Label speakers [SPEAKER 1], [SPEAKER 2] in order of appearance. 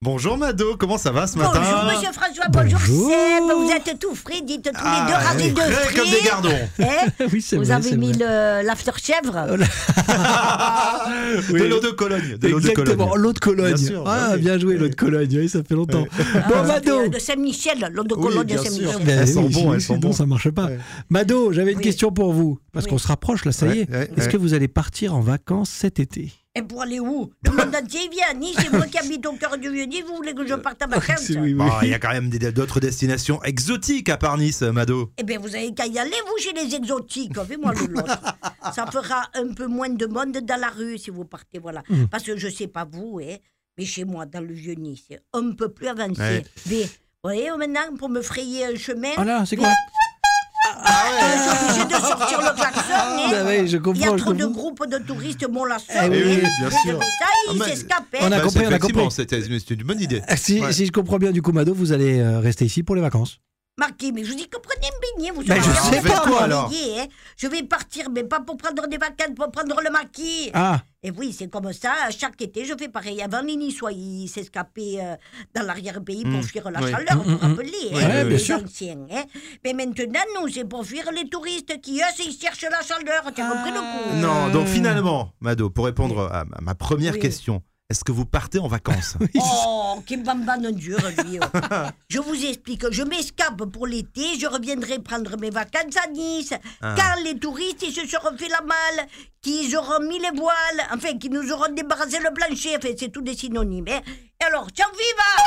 [SPEAKER 1] Bonjour Mado, comment ça va ce matin
[SPEAKER 2] Bonjour Monsieur François, bonjour,
[SPEAKER 3] Bonjour.
[SPEAKER 2] Seb, vous êtes tout frais, dites tous
[SPEAKER 1] Ah,
[SPEAKER 2] les deux rasés de
[SPEAKER 1] frais comme des
[SPEAKER 2] frais.
[SPEAKER 1] gardons.
[SPEAKER 2] Eh,
[SPEAKER 3] Oui, c'est
[SPEAKER 2] vous
[SPEAKER 3] vrai,
[SPEAKER 2] avez
[SPEAKER 3] c'est
[SPEAKER 2] mis
[SPEAKER 3] vrai.
[SPEAKER 2] le- l'after-chèvre
[SPEAKER 1] De l'eau de Cologne. De l'eau de
[SPEAKER 3] Exactement,
[SPEAKER 1] Cologne.
[SPEAKER 3] l'eau de Cologne.
[SPEAKER 1] Bien sûr,
[SPEAKER 3] ah,
[SPEAKER 1] oui.
[SPEAKER 3] bien joué, l'eau de Cologne. Oui, ça fait longtemps. Bon, Mado.
[SPEAKER 2] Ah, de Saint-Michel, l'eau de
[SPEAKER 1] Oui,
[SPEAKER 2] Cologne de
[SPEAKER 1] bien sûr.
[SPEAKER 2] Saint-Michel.
[SPEAKER 3] Ben
[SPEAKER 1] Elles sont
[SPEAKER 3] oui,
[SPEAKER 1] bons,
[SPEAKER 3] sinon-
[SPEAKER 1] elles sont
[SPEAKER 3] sinon,
[SPEAKER 1] bons.
[SPEAKER 3] ça marche pas.
[SPEAKER 1] Ouais.
[SPEAKER 3] Mado, j'avais une
[SPEAKER 2] Oui.
[SPEAKER 3] question pour vous. Parce
[SPEAKER 2] Oui.
[SPEAKER 3] qu'on se rapproche, là, ça y
[SPEAKER 1] Ouais,
[SPEAKER 3] est.
[SPEAKER 1] ouais,
[SPEAKER 3] Est-ce
[SPEAKER 1] ouais.
[SPEAKER 3] que vous allez partir en vacances cet été
[SPEAKER 2] Et pour aller où Le monde entier vient à Nice, c'est moi qui habite au cœur du lieu Vous voulez que je parte en vacances
[SPEAKER 3] C'est Ah, oui, oui.
[SPEAKER 1] Bon, Bah, Il y a quand même des- d'autres destinations exotiques à part Nice, Mado.
[SPEAKER 2] Eh bien, vous avez qu'à y aller, vous, chez les exotiques. Fais-moi le l'autre. Ça fera un peu moins de monde dans la rue si vous partez, voilà. Parce que je sais pas vous, hein, mais chez moi, dans le vieux Nice, on ne peut plus avancer.
[SPEAKER 1] Ouais.
[SPEAKER 2] Mais, vous voyez, maintenant, pour me frayer un chemin,
[SPEAKER 3] Ah là, c'est quoi
[SPEAKER 2] je suis obligé de sortir le klaxon. hein.
[SPEAKER 3] Bah oui, je
[SPEAKER 2] Il y a
[SPEAKER 3] comprends, je
[SPEAKER 2] trop de
[SPEAKER 3] comprends.
[SPEAKER 2] groupes de touristes, mon la hein.
[SPEAKER 3] Eh oui, oui,
[SPEAKER 1] bien sûr.
[SPEAKER 2] ça,
[SPEAKER 1] Ah,
[SPEAKER 2] ils
[SPEAKER 1] mais-
[SPEAKER 2] s'escapent. hein.
[SPEAKER 3] On a
[SPEAKER 1] Bah,
[SPEAKER 3] compris,
[SPEAKER 1] c'est-
[SPEAKER 3] on a
[SPEAKER 1] effectivement,
[SPEAKER 3] compris.
[SPEAKER 1] C'était c'était une bonne idée.
[SPEAKER 3] Ah, si,
[SPEAKER 1] Ouais.
[SPEAKER 3] si je comprends bien, du coup, Mado, vous allez euh, rester ici pour les vacances.
[SPEAKER 2] Marquis, mais je vous dis que prenez un beignet, vous savez,
[SPEAKER 3] Mais je
[SPEAKER 2] on
[SPEAKER 3] sais
[SPEAKER 2] va
[SPEAKER 3] pas,
[SPEAKER 2] prendre
[SPEAKER 1] moi,
[SPEAKER 2] un
[SPEAKER 1] alors.
[SPEAKER 2] beignet, hein. Je vais partir, mais pas pour prendre des vacances, pour prendre le maquis.
[SPEAKER 3] Ah,
[SPEAKER 2] Et oui, c'est comme ça. à Chaque été, je fais pareil. Avant, les Niçois, ils s'escapaient euh, dans l'arrière-pays pour
[SPEAKER 3] Hmm.
[SPEAKER 1] Mm.
[SPEAKER 2] fuir la
[SPEAKER 1] Oui.
[SPEAKER 2] chaleur, vous vous rappelez
[SPEAKER 1] Oui,
[SPEAKER 2] hein,
[SPEAKER 1] oui,
[SPEAKER 2] les
[SPEAKER 3] bien sûr.
[SPEAKER 2] anciens, hein. Mais maintenant, nous, c'est pour fuir les touristes qui, eux, ils cherchent la chaleur. Tu as compris le coup
[SPEAKER 1] Non,
[SPEAKER 3] Ah.
[SPEAKER 1] donc finalement, Mado, pour répondre à à ma première
[SPEAKER 2] Oui.
[SPEAKER 1] question, est-ce que vous partez en vacances
[SPEAKER 2] Oh, qui bambane dur, lui. oh. je vous explique, je m'escape pour l'été, je reviendrai prendre mes vacances à Nice.
[SPEAKER 1] Ah.
[SPEAKER 2] Car les touristes, ils se seront fait la malle, qu'ils auront mis les voiles, enfin, qu'ils nous auront débarrassé le plancher, enfin, c'est tous des synonymes. hein. Et alors, ciao, viva